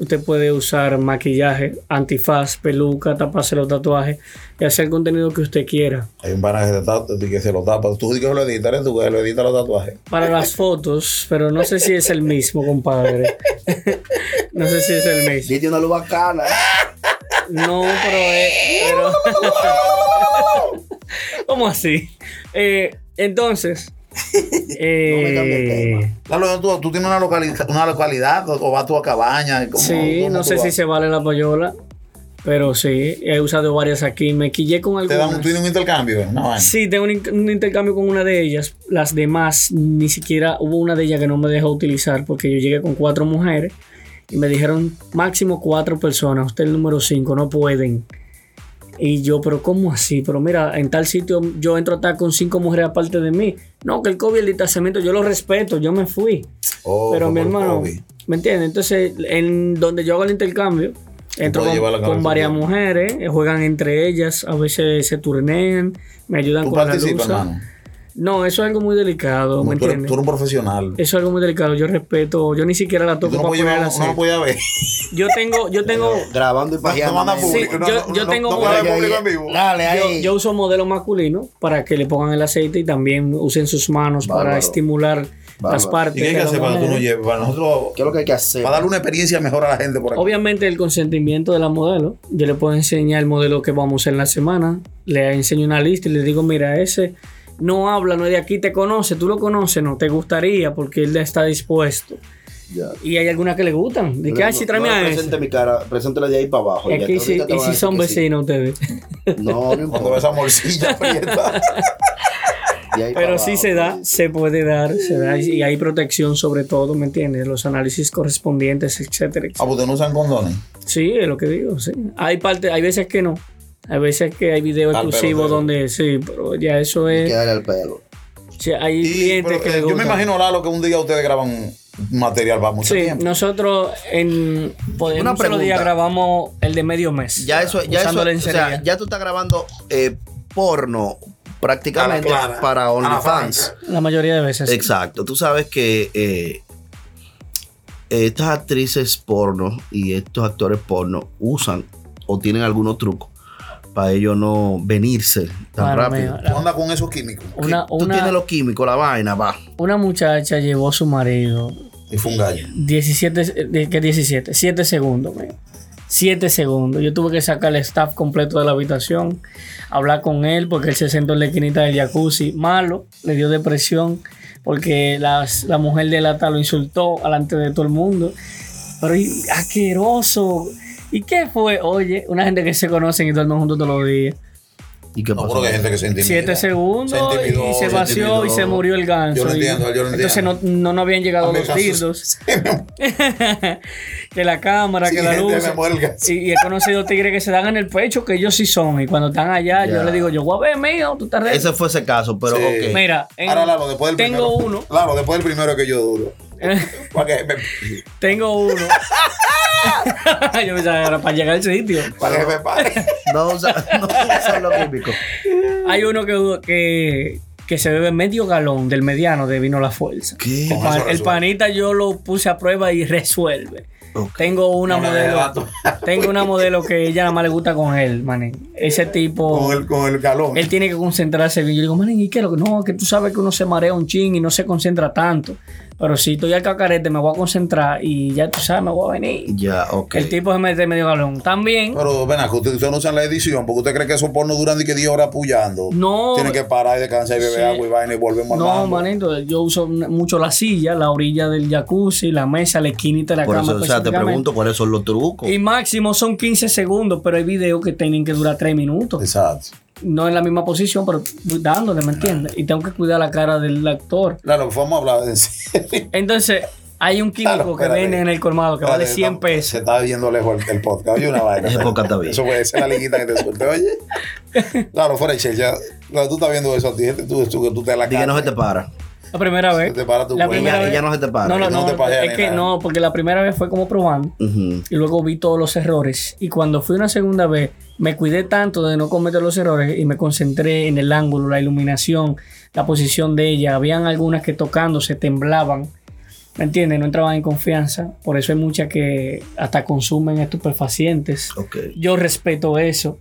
Speaker 4: usted puede usar maquillaje, antifaz, peluca, taparse los tatuajes y hacer el contenido que usted quiera.
Speaker 2: Hay un pana que, se tapa- que se lo tapa. Tú dices que lo editas, tú que lo editas los tatuajes.
Speaker 4: Para las fotos, pero no sé si es el mismo, compadre. no sé si es el mismo.
Speaker 3: Sí, tiene una luz bacana.
Speaker 4: No, pero es. Pero...
Speaker 2: [LAUGHS]
Speaker 4: ¿Cómo así? Eh,
Speaker 2: [LAUGHS]
Speaker 4: entonces. eh,
Speaker 2: Claro, tú, tú tienes una localidad, una localidad o, o vas tú a cabaña. ¿cómo-
Speaker 4: sí,
Speaker 2: cómo
Speaker 4: no
Speaker 2: tú
Speaker 4: sé
Speaker 2: vas?
Speaker 4: si se vale la payola, pero sí, he usado varias aquí. Me quillé con
Speaker 2: Te dan un,
Speaker 4: algunas.
Speaker 2: tienes un intercambio. No, vaina.
Speaker 4: Sí, tengo un, in- un intercambio con una de ellas. Las demás, ni siquiera hubo una de ellas que no me dejó utilizar porque yo llegué con cuatro mujeres y me dijeron máximo cuatro personas. Usted es el número cinco, no pueden. Y yo, pero ¿cómo así? Pero mira, en tal sitio yo entro a estar con cinco mujeres aparte de mí. No, que el COVID, el distanciamiento, yo lo respeto, yo me fui.
Speaker 2: Oh,
Speaker 4: pero
Speaker 2: fue
Speaker 4: mi
Speaker 2: por
Speaker 4: hermano,
Speaker 2: COVID.
Speaker 4: ¿me entiendes? Entonces, en donde yo hago el intercambio, entro
Speaker 2: puedes
Speaker 4: con,
Speaker 2: llevar la
Speaker 4: con
Speaker 2: cabeza
Speaker 4: varias
Speaker 2: tuya.
Speaker 4: mujeres, eh, juegan entre ellas, a veces se turnean, me ayudan
Speaker 2: Tú
Speaker 4: con la luz.
Speaker 2: participas, hermano.
Speaker 4: No, eso es algo muy delicado, ¿me
Speaker 2: Tú eres,
Speaker 4: entiendes?
Speaker 2: tú eres un profesional.
Speaker 4: Eso es algo muy delicado, yo respeto, yo ni siquiera la
Speaker 2: Tú
Speaker 4: toco
Speaker 2: no
Speaker 4: para
Speaker 2: puedes llevar,
Speaker 4: ponerla
Speaker 2: no,
Speaker 4: así.
Speaker 2: no puedes ver.
Speaker 4: Yo tengo, yo tengo,
Speaker 3: Grabando y pajeando.
Speaker 2: No manda
Speaker 3: men.
Speaker 4: Sí,
Speaker 2: público. no,
Speaker 4: yo-
Speaker 2: no,
Speaker 4: yo
Speaker 2: no,
Speaker 4: tengo
Speaker 2: no
Speaker 4: modelo-
Speaker 2: manda público en vivo.
Speaker 3: Dale, ahí.
Speaker 4: yo uso modelo masculino para que le pongan el aceite y también usen sus manos para
Speaker 3: Bárbaro.
Speaker 4: estimular las
Speaker 3: Bárbaro.
Speaker 4: partes.
Speaker 2: ¿Y qué hay que
Speaker 4: de la
Speaker 2: hacer para que tú no
Speaker 4: mujer.
Speaker 2: lleves? Para nosotros,
Speaker 3: ¿Qué es lo que hay que hacer?
Speaker 2: para darle una experiencia mejor a la gente por aquí.
Speaker 4: Obviamente el consentimiento de la modelo. Yo le puedo enseñar el modelo que vamos a hacer en la semana. Le enseño una lista y le digo, mira, ese no habla, no es de aquí, te conoce, tú lo conoces, no, te gustaría porque él ya está dispuesto.
Speaker 3: Ya.
Speaker 4: Y hay algunas que le gustan. De que, ay, sí,
Speaker 3: no,
Speaker 4: tráeme
Speaker 3: no le
Speaker 4: a
Speaker 3: presente
Speaker 4: ese.
Speaker 3: mi cara, preséntela de ahí para abajo.
Speaker 4: Es
Speaker 3: ya,
Speaker 4: que y
Speaker 3: ahorita
Speaker 4: si,
Speaker 3: te
Speaker 4: y
Speaker 3: van a
Speaker 4: si
Speaker 3: decir
Speaker 4: son
Speaker 3: que sí.
Speaker 4: vecinos ustedes. [LAUGHS]
Speaker 3: [LAUGHS] No,
Speaker 2: Cuando ves
Speaker 3: no importa.
Speaker 2: esa morcilla aprieta. Ah,
Speaker 3: de ahí para
Speaker 4: Pero sí
Speaker 3: abajo,
Speaker 4: se da,
Speaker 3: sí.
Speaker 4: se puede dar, se da. Y hay protección sobre todo, ¿me entiendes? Los análisis correspondientes, etcétera, etcétera.
Speaker 2: Ah, pues no usan condones.
Speaker 4: Sí, es lo que digo, sí. Hay parte, hay veces que no. Hay veces que hay videos
Speaker 2: Al
Speaker 4: exclusivos
Speaker 2: pelotero.
Speaker 4: donde sí, pero ya eso es.
Speaker 3: Quédale al pelo.
Speaker 4: sí, hay
Speaker 2: Y,
Speaker 4: clientes
Speaker 2: pero,
Speaker 4: que
Speaker 2: eh,
Speaker 4: le
Speaker 2: yo me
Speaker 4: gustan.
Speaker 2: imagino, Lalo, que un día ustedes graban material va mucho
Speaker 4: Sí,
Speaker 2: tiempo.
Speaker 4: nosotros en pues, en
Speaker 3: Una
Speaker 4: un solo día
Speaker 3: pregunta.
Speaker 4: grabamos el de medio mes.
Speaker 3: Ya eso, ya
Speaker 4: usando
Speaker 3: eso, o
Speaker 4: lencería.
Speaker 3: sea, ya tú estás grabando eh, porno prácticamente
Speaker 2: A la clara, a
Speaker 3: para
Speaker 2: la
Speaker 3: OnlyFans.
Speaker 4: La mayoría de veces. sí.
Speaker 3: Exacto. Tú sabes que eh, estas actrices porno y estos actores porno usan o tienen algunos trucos para ellos no venirse tan
Speaker 4: Mano,
Speaker 3: rápido.
Speaker 4: mira,
Speaker 2: ¿Qué
Speaker 4: la-
Speaker 2: onda con esos químicos?
Speaker 4: Una,
Speaker 3: Tú
Speaker 4: una,
Speaker 3: tienes los químicos, la vaina, va.
Speaker 4: una muchacha llevó a su marido
Speaker 2: Y fue un gallo.
Speaker 4: 17, eh, de- ¿qué 17? 7 segundos, 7 segundos. Yo tuve que sacar el staff completo de la habitación, hablar con él porque él se sentó en la esquinita del jacuzzi. Malo, le dio depresión porque las- la mujer de lata lo insultó delante de todo el mundo. Pero y- asqueroso. ¿Y qué fue? Oye, una gente que se conocen y duermen juntos todos los días.
Speaker 3: ¿Y qué
Speaker 2: No,
Speaker 3: pasó?
Speaker 2: creo que hay gente que se intimida.
Speaker 4: 7 segundos
Speaker 2: Se intimidó,
Speaker 4: y se
Speaker 2: se
Speaker 4: vació
Speaker 2: intimidó.
Speaker 4: y se murió el ganso.
Speaker 2: Yo lo
Speaker 4: Y-
Speaker 2: entiendo, yo lo entiendo.
Speaker 4: Entonces no, no, no habían llegado
Speaker 2: También
Speaker 4: los
Speaker 2: casos-
Speaker 4: tildos que la cámara,
Speaker 2: Sí,
Speaker 4: que la
Speaker 2: gente,
Speaker 4: luz.
Speaker 2: me muelga.
Speaker 4: Y, y he conocido tigres que se dan en el pecho, que ellos sí son. Y cuando están allá, yo
Speaker 3: Ya.
Speaker 4: le digo, yo, guabe mío, tú estás ready".
Speaker 3: Ese fue ese caso, pero
Speaker 2: Sí.
Speaker 3: ok.
Speaker 4: Mira, en-
Speaker 2: Ahora, Lalo, después del
Speaker 4: tengo
Speaker 2: primero.
Speaker 4: uno.
Speaker 2: Lalo, después del primero que yo
Speaker 4: [LAUGHS]
Speaker 2: duro. ¿Para qué? Me-
Speaker 4: tengo uno. [LAUGHS] yo pensaba, era para llegar al sitio.
Speaker 2: ¿Para qué me pare?
Speaker 3: No usan no usa los
Speaker 4: [LAUGHS]
Speaker 3: químicos.
Speaker 4: Hay uno que, que, que se bebe medio galón del mediano de vino La Fuerza.
Speaker 3: ¿Qué?
Speaker 4: El,
Speaker 2: Con
Speaker 4: pan-
Speaker 2: eso
Speaker 4: el
Speaker 2: resuelve.
Speaker 4: panita yo lo puse a prueba y resuelve.
Speaker 3: Ok.
Speaker 4: Tengo una
Speaker 2: No me dé
Speaker 4: modelo.
Speaker 2: dato.
Speaker 4: Tengo una modelo que ella nada más le gusta con él, mané. Ese tipo.
Speaker 2: Con el, con el galón.
Speaker 4: Él tiene que concentrarse bien. Yo digo, man, ¿y qué? es Lo que no, que tú sabes que uno se marea un chin y no se concentra tanto. Pero si estoy al cacarete, me voy a concentrar y ya tú sabes, me voy a venir.
Speaker 3: Ya, ok.
Speaker 4: El tipo se mete medio galón. También,
Speaker 2: Pero ven acá, ustedes ustedes no usan la edición porque usted cree que esos pornos duran ni que 10 horas puyando.
Speaker 4: No.
Speaker 2: Tienen que parar y descansar y beber
Speaker 4: Sí.
Speaker 2: agua y vaina y volvemos al
Speaker 4: no,
Speaker 2: mambo.
Speaker 4: manito, yo uso una- mucho la silla, la orilla del jacuzzi, la mesa, la esquinita de la
Speaker 3: Por eso,
Speaker 4: cama.
Speaker 3: o sea, te
Speaker 4: específicamente.
Speaker 3: pregunto cuáles son los trucos.
Speaker 4: Y máximo son 15 segundos, pero hay videos que tienen que durar 3 minutos.
Speaker 2: Exacto.
Speaker 4: No en la misma posición, pero dándole, ¿me entiendes? Y tengo que cuidar la cara del actor.
Speaker 2: Claro, vamos a hablar en
Speaker 4: [LAUGHS]
Speaker 2: serio.
Speaker 4: Entonces, hay un químico
Speaker 2: Claro,
Speaker 4: que
Speaker 2: espérate.
Speaker 4: venden en el colmado que vale 100
Speaker 2: Se
Speaker 4: pesos.
Speaker 2: está viendo lejos el, el podcast. Oye, una
Speaker 3: [LAUGHS]
Speaker 2: vaina.
Speaker 3: Ese podcast está bien.
Speaker 2: Eso fue, esa es la liguita que te suelta.
Speaker 4: [LAUGHS]
Speaker 2: Oye. Claro, fuera de ya. Claro, tú estás viendo eso a ti. Este gente, Tú, tú, que tú te la
Speaker 3: Di que no se te
Speaker 2: cargas.
Speaker 3: para.
Speaker 4: La primera vez.
Speaker 2: te para tu
Speaker 4: la
Speaker 2: cuello.
Speaker 4: primera
Speaker 3: Ella,
Speaker 4: vez-
Speaker 3: ella no se te para.
Speaker 4: No, no,
Speaker 2: que no
Speaker 4: no,
Speaker 2: te pajean
Speaker 4: es
Speaker 2: ni
Speaker 4: que
Speaker 2: nada.
Speaker 4: no, porque la primera vez fue como probando
Speaker 3: Ujú.
Speaker 4: y luego vi todos los errores. Y cuando fui una segunda vez, me cuidé tanto de no cometer los errores y me concentré en el ángulo, la iluminación, la posición de ella. Habían algunas que tocándose temblaban. ¿Me entiendes? No entraban en confianza. Por eso hay muchas que hasta consumen estupefacientes.
Speaker 3: Ok.
Speaker 4: Yo respeto eso.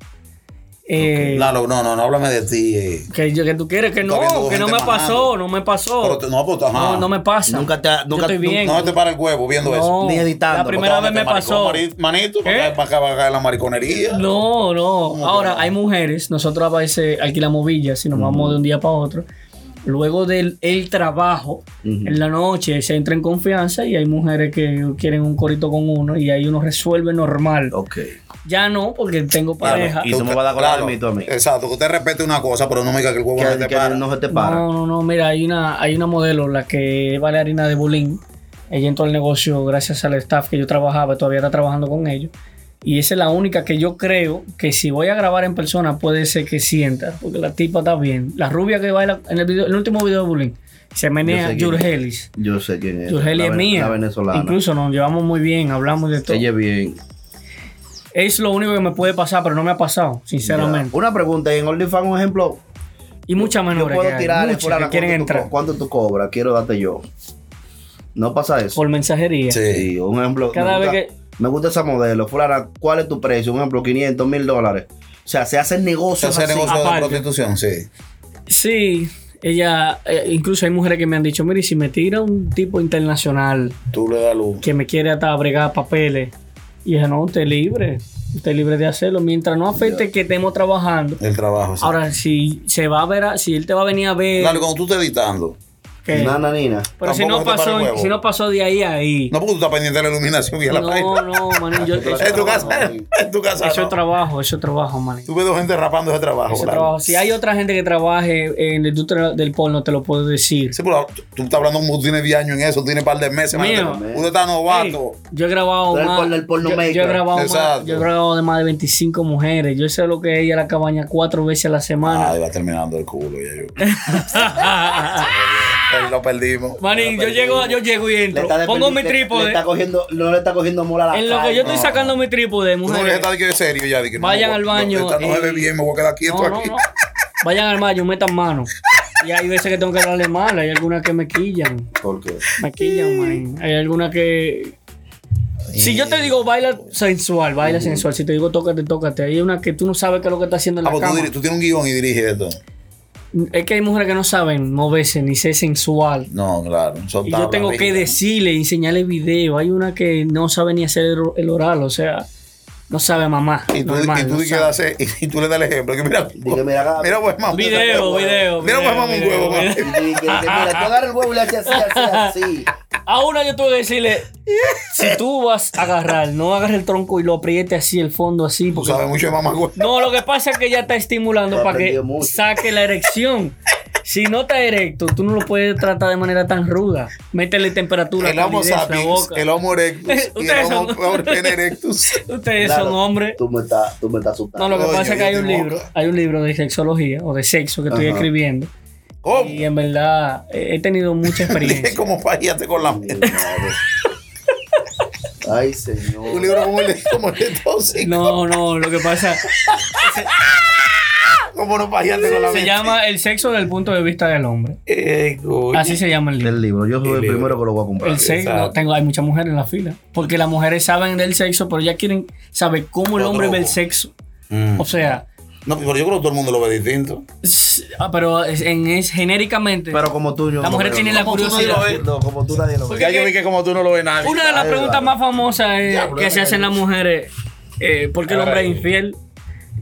Speaker 4: Eh,
Speaker 2: Lalo, no, no, no háblame de ti. eh.
Speaker 4: Que, yo- que tú quieres que
Speaker 2: Está viendo
Speaker 4: no, que no
Speaker 2: gente
Speaker 4: me pasó,
Speaker 2: mamando.
Speaker 4: no me pasó.
Speaker 2: Pero te- no, pues, ajá.
Speaker 4: no, no me pasa.
Speaker 3: Nunca te ha-
Speaker 4: Yo
Speaker 3: nunca-
Speaker 4: estoy bien.
Speaker 2: No te para el huevo viendo eso. pues,
Speaker 3: ni editando,
Speaker 4: La
Speaker 3: porque
Speaker 4: primera vez me
Speaker 2: Maricón,
Speaker 4: pasó.
Speaker 2: mari- Manito,
Speaker 4: ¿Qué?
Speaker 2: para acá, para acá, para acá la mariconería.
Speaker 4: No, no. Ahora, hay mujeres, nosotros a veces alquilamos villas y nos vamos de un día para otro. Luego del el trabajo, en la noche se entra en confianza y hay mujeres que quieren un corito con uno y ahí uno resuelve normal.
Speaker 3: Ok.
Speaker 4: Ya no, porque tengo pareja.
Speaker 3: Y tú me vas a dar con la del mito a mí.
Speaker 2: Exacto, que usted respete una cosa, pero no me diga que el huevo no
Speaker 3: Que,
Speaker 2: te
Speaker 3: que
Speaker 2: para.
Speaker 3: no se te para.
Speaker 4: No, no, no, mira, hay una, hay una modelo, la que es bailarina de Bolín. Ella entró al negocio gracias al staff que yo trabajaba, todavía está trabajando con ellos. Y esa es la única que yo creo que si voy a grabar en persona puede ser que sienta, porque la tipa está bien. La rubia que baila en el, video, el último video de Bolín, se
Speaker 3: Yo
Speaker 4: menea
Speaker 3: sé quién es.
Speaker 4: Yurgelis.
Speaker 3: Yo sé quién es.
Speaker 4: Yurgelis
Speaker 3: La
Speaker 4: es
Speaker 3: ve-
Speaker 4: mía.
Speaker 3: La venezolana.
Speaker 4: Incluso nos llevamos muy bien, hablamos de todo.
Speaker 3: Ella es bien.
Speaker 4: Es lo único que me puede pasar, pero no me ha pasado, sinceramente.
Speaker 3: Ya. Una pregunta, y en OnlyFans, un ejemplo,
Speaker 4: Y muchas
Speaker 3: yo
Speaker 4: menores que,
Speaker 3: puedo
Speaker 4: hay,
Speaker 3: tirar
Speaker 4: muchas que quieren entrar
Speaker 3: ¿Cuánto tú cobras? Quiero darte yo. No pasa eso.
Speaker 4: por mensajería.
Speaker 2: Sí.
Speaker 3: Sí, un ejemplo.
Speaker 4: Cada
Speaker 3: me, gusta,
Speaker 4: vez
Speaker 3: me gusta esa modelo. Fulana, ¿cuál es tu precio? Un ejemplo, 500 mil dólares. O sea, se hacen
Speaker 2: Se
Speaker 3: negocios
Speaker 2: hace
Speaker 3: así.
Speaker 2: negocio de
Speaker 4: aparte.
Speaker 2: prostitución, sí.
Speaker 4: Sí, ella, eh, incluso hay mujeres que me han dicho, mire, si me tira un tipo internacional
Speaker 2: Tú le das luz.
Speaker 4: que me quiere hasta bregar papeles, y dije, no, usted es libre, usted es libre de hacerlo, mientras no afecte que estemos trabajando.
Speaker 2: El trabajo. sí.
Speaker 4: Ahora, si se va a ver, a- si él te va a venir a ver,
Speaker 2: Claro, cuando tú estás editando.
Speaker 4: que-
Speaker 3: Nana, nina.
Speaker 4: pero si no,
Speaker 2: tampoco te para el
Speaker 4: pasó,
Speaker 2: huevo.
Speaker 4: si no pasó de ahí a ahí.
Speaker 2: No porque tú estás pendiente de la iluminación y de la
Speaker 4: No,
Speaker 2: vaina.
Speaker 4: no, maní, yo-
Speaker 2: [LAUGHS]
Speaker 4: eso
Speaker 2: En
Speaker 4: es
Speaker 2: tu
Speaker 4: trabajo,
Speaker 2: casa, en tu casa.
Speaker 4: eso es
Speaker 2: no.
Speaker 4: trabajo, eso es trabajo, maní.
Speaker 2: Tú ves dos gente rapando ese trabajo.
Speaker 4: Eso es
Speaker 2: claro.
Speaker 4: trabajo. Si hay otra gente que trabaje en la industria del porno, te lo puedo decir.
Speaker 2: Sí, pero tú- tú estás hablando como tú tienes 10 años en eso, tienes un par de meses.
Speaker 4: Mío.
Speaker 2: imagínate. Uno está novato.
Speaker 4: Ey, yo he grabado
Speaker 3: Tú eres
Speaker 4: más.
Speaker 3: porno- el porno
Speaker 4: yo, yo he
Speaker 3: maker.
Speaker 4: grabado más,
Speaker 2: Exacto.
Speaker 4: yo he grabado de más de 25 mujeres. Yo sé lo que es ella la cabaña cuatro veces a la semana.
Speaker 2: Ay, va terminando el culo ya yo. Lo perdimos.
Speaker 4: [LAUGHS] Manín, yo llego, yo llego y
Speaker 3: Le
Speaker 4: entro.
Speaker 3: está
Speaker 4: Pongo
Speaker 3: desperdi-
Speaker 4: mi
Speaker 3: le- le
Speaker 4: trípode.
Speaker 3: está cogiendo, no le está cogiendo mola a la
Speaker 4: En lo que
Speaker 3: calle.
Speaker 4: yo estoy
Speaker 3: No.
Speaker 4: sacando mi trípode,
Speaker 2: Tú no
Speaker 4: mujeres.
Speaker 2: estar aquí de serio ya. de que no,
Speaker 4: Vayan
Speaker 2: no,
Speaker 4: al
Speaker 2: no,
Speaker 4: baño,
Speaker 2: Esta no
Speaker 4: eh.
Speaker 2: se ve bien, me voy a quedar quieto
Speaker 4: No, no,
Speaker 2: aquí.
Speaker 4: no. Vayan al mayo, metan mano. Y hay veces que tengo que darle mala. Hay algunas que me quillan.
Speaker 2: ¿Por qué?
Speaker 4: Me quillan, manín. Hay algunas que. Si yo te digo baila sensual, baila sensual. Si te digo tócate, tócate. Hay una que tú no sabes qué es lo que está haciendo en
Speaker 2: Ah,
Speaker 4: la
Speaker 2: pues tú,
Speaker 4: cama.
Speaker 2: diri- tú tienes un guión y diriges esto.
Speaker 4: Es que hay mujeres que no saben moverse ni ser sensual.
Speaker 2: No, claro. son
Speaker 4: Y yo
Speaker 2: tablas
Speaker 4: tengo que
Speaker 2: rígidas.
Speaker 4: decirle y enseñarle video. Hay una que no sabe ni hacer el, el oral, o sea, no sabe mamá.
Speaker 2: Y tú,
Speaker 4: normal,
Speaker 2: y tú
Speaker 4: no
Speaker 2: di que
Speaker 4: sabe.
Speaker 2: hace- y, tú le das el [LAUGHS] ejemplo. Que mira,
Speaker 3: Dije, mira, agarra-
Speaker 2: mira, pues, mamá.
Speaker 4: Video, video.
Speaker 2: Mira, pues,
Speaker 4: video,
Speaker 2: mamá, un
Speaker 4: video,
Speaker 2: huevo,
Speaker 4: video.
Speaker 2: mamá.
Speaker 3: Y dije, mira, tú agarra el huevo y le haces así, así, [LAUGHS] así.
Speaker 4: [LAUGHS] A una yo tuve que decirle, si tú vas a agarrar, no agarres el tronco y lo apriete así, el fondo así,
Speaker 2: Tú
Speaker 4: porque
Speaker 2: sabes mucho de mamá, güey.
Speaker 4: No, lo que pasa es que ya está estimulando
Speaker 3: Lo
Speaker 4: para que
Speaker 3: aprendió mucho.
Speaker 4: saque la erección. Si no está erecto, tú no lo puedes tratar de manera tan ruda. Métele temperatura.
Speaker 2: El homo
Speaker 4: calidez, la
Speaker 2: sapiens,
Speaker 4: boca.
Speaker 2: el homo
Speaker 4: [LAUGHS]
Speaker 2: erectus y [LAUGHS] el
Speaker 4: Ustedes
Speaker 2: homo
Speaker 4: son-
Speaker 2: orden erectus.
Speaker 4: [LAUGHS] Ustedes
Speaker 3: Claro,
Speaker 4: son hombres.
Speaker 3: Tú me estás, tú me estás
Speaker 4: No,
Speaker 3: asustando.
Speaker 4: lo que
Speaker 2: Coño,
Speaker 4: pasa es que
Speaker 2: yo
Speaker 4: hay
Speaker 2: te
Speaker 4: un
Speaker 2: moco.
Speaker 4: libro, hay un libro de sexología o de sexo que estoy
Speaker 2: Ajá.
Speaker 4: escribiendo.
Speaker 2: ¿Cómo?
Speaker 4: Y en verdad eh, he tenido
Speaker 2: [LAUGHS]
Speaker 4: mucha
Speaker 2: Dije
Speaker 4: experiencia.
Speaker 2: Oh, como paríate con la
Speaker 3: Mi
Speaker 2: mierda.
Speaker 3: madre. Ay, señor.
Speaker 2: Un libro como el de, [LAUGHS] como el de tóxico.
Speaker 4: No, no, lo que pasa
Speaker 2: ¿Cómo no paríate con la
Speaker 4: se
Speaker 2: mierda?
Speaker 4: llama el sexo del punto de vista del hombre.
Speaker 2: Eh, coño.
Speaker 4: Así se llama el libro.
Speaker 3: El libro, yo soy el, primero que lo voy a comprar.
Speaker 4: El sexo,
Speaker 2: Exacto.
Speaker 4: no, tengo, hay muchas mujeres en la fila. Porque las mujeres saben del sexo, pero ya quieren saber cómo el
Speaker 2: Otro
Speaker 4: hombre ve el
Speaker 2: ojo.
Speaker 4: sexo.
Speaker 2: Mm.
Speaker 4: O sea,
Speaker 2: No, pero yo creo que todo el mundo lo ve distinto.
Speaker 4: s- ah, pero es, en, es genéricamente.
Speaker 3: Pero como tú, yo.
Speaker 4: Las mujeres tienen la
Speaker 3: como tú nadie lo ve.
Speaker 4: curiosidad.
Speaker 3: No, como tú nadie lo ve.
Speaker 4: Porque
Speaker 2: Ya yo vi que como tú no lo ves nadie.
Speaker 4: una de las
Speaker 3: Ay,
Speaker 4: preguntas
Speaker 3: vale.
Speaker 4: más famosas es-
Speaker 2: Diablo,
Speaker 4: que se
Speaker 2: ay,
Speaker 4: hacen las mujeres: eh, ¿por qué el
Speaker 2: Ay.
Speaker 4: hombre es infiel?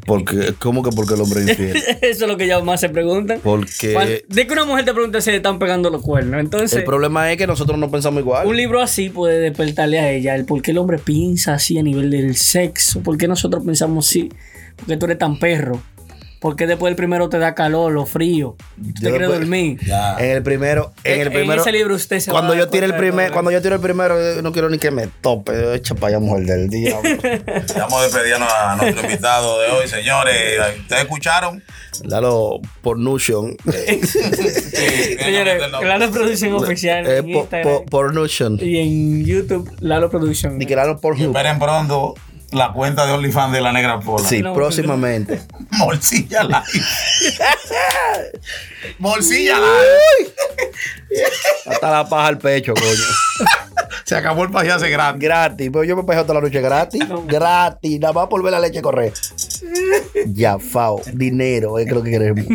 Speaker 3: Porque, ¿Cómo que porque el hombre es
Speaker 4: [LAUGHS]
Speaker 3: infiel?
Speaker 4: Eso es lo que ellas más se preguntan.
Speaker 3: Pues,
Speaker 4: Cuando-
Speaker 3: Porque
Speaker 4: De que una mujer te pregunte si le están pegando los cuernos. Entonces,
Speaker 3: el problema es que nosotros no pensamos igual.
Speaker 4: un libro así puede despertarle a ella el por qué el hombre piensa así a nivel del sexo. ¿Por qué nosotros pensamos así? ¿Por qué tú eres tan perro? ¿Por qué después el primero te da calor o frío? ¿Tú te
Speaker 3: Yo
Speaker 4: quieres
Speaker 3: después-
Speaker 4: dormir?
Speaker 2: Ya.
Speaker 3: En el primero, en el primero.
Speaker 4: ese libro usted se
Speaker 3: cuando
Speaker 4: va a
Speaker 3: yo
Speaker 4: dar
Speaker 3: tire el
Speaker 4: cuenta de
Speaker 3: primer,
Speaker 4: todo.
Speaker 3: cuando yo tire el primero, yo no quiero ni que me tope. Echa para allá, mujer del
Speaker 4: [LAUGHS]
Speaker 3: día.
Speaker 2: Estamos despidiendo a nuestro invitado de hoy, señores. ¿Ustedes escucharon?
Speaker 3: Dalo por Nution.
Speaker 4: Señores, Lalo Production Oficial
Speaker 3: Eh,
Speaker 4: en
Speaker 3: po-
Speaker 4: Instagram
Speaker 3: po- por Nution.
Speaker 4: y en YouTube, Lalo Production.
Speaker 3: Ni que dalo por Hub.
Speaker 2: Esperen pronto la cuenta de OnlyFans de la Negra Pola.
Speaker 3: Sí,
Speaker 4: No,
Speaker 3: próximamente.
Speaker 2: Morcilla [LAUGHS] Live. Morcilla [LAUGHS] Live.
Speaker 3: Hasta la paja al pecho, coño.
Speaker 2: Se acabó el país hace grande.
Speaker 3: Gratis. Pero yo me pejé toda la noche gratis. Gratis. Nada más por ver la leche correr. Ya, fao. Dinero es lo que queremos.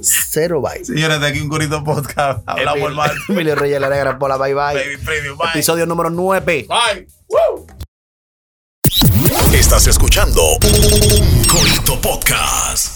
Speaker 3: Cero bye.
Speaker 2: Señores, de aquí un corito podcast. Hablamos el martes.
Speaker 3: Emilio Reyes, la negra, por la bye bye.
Speaker 2: Baby Premium. Bye.
Speaker 3: Episodio número 9.
Speaker 2: Bye. Woo.
Speaker 1: Estás escuchando un Corito Podcast.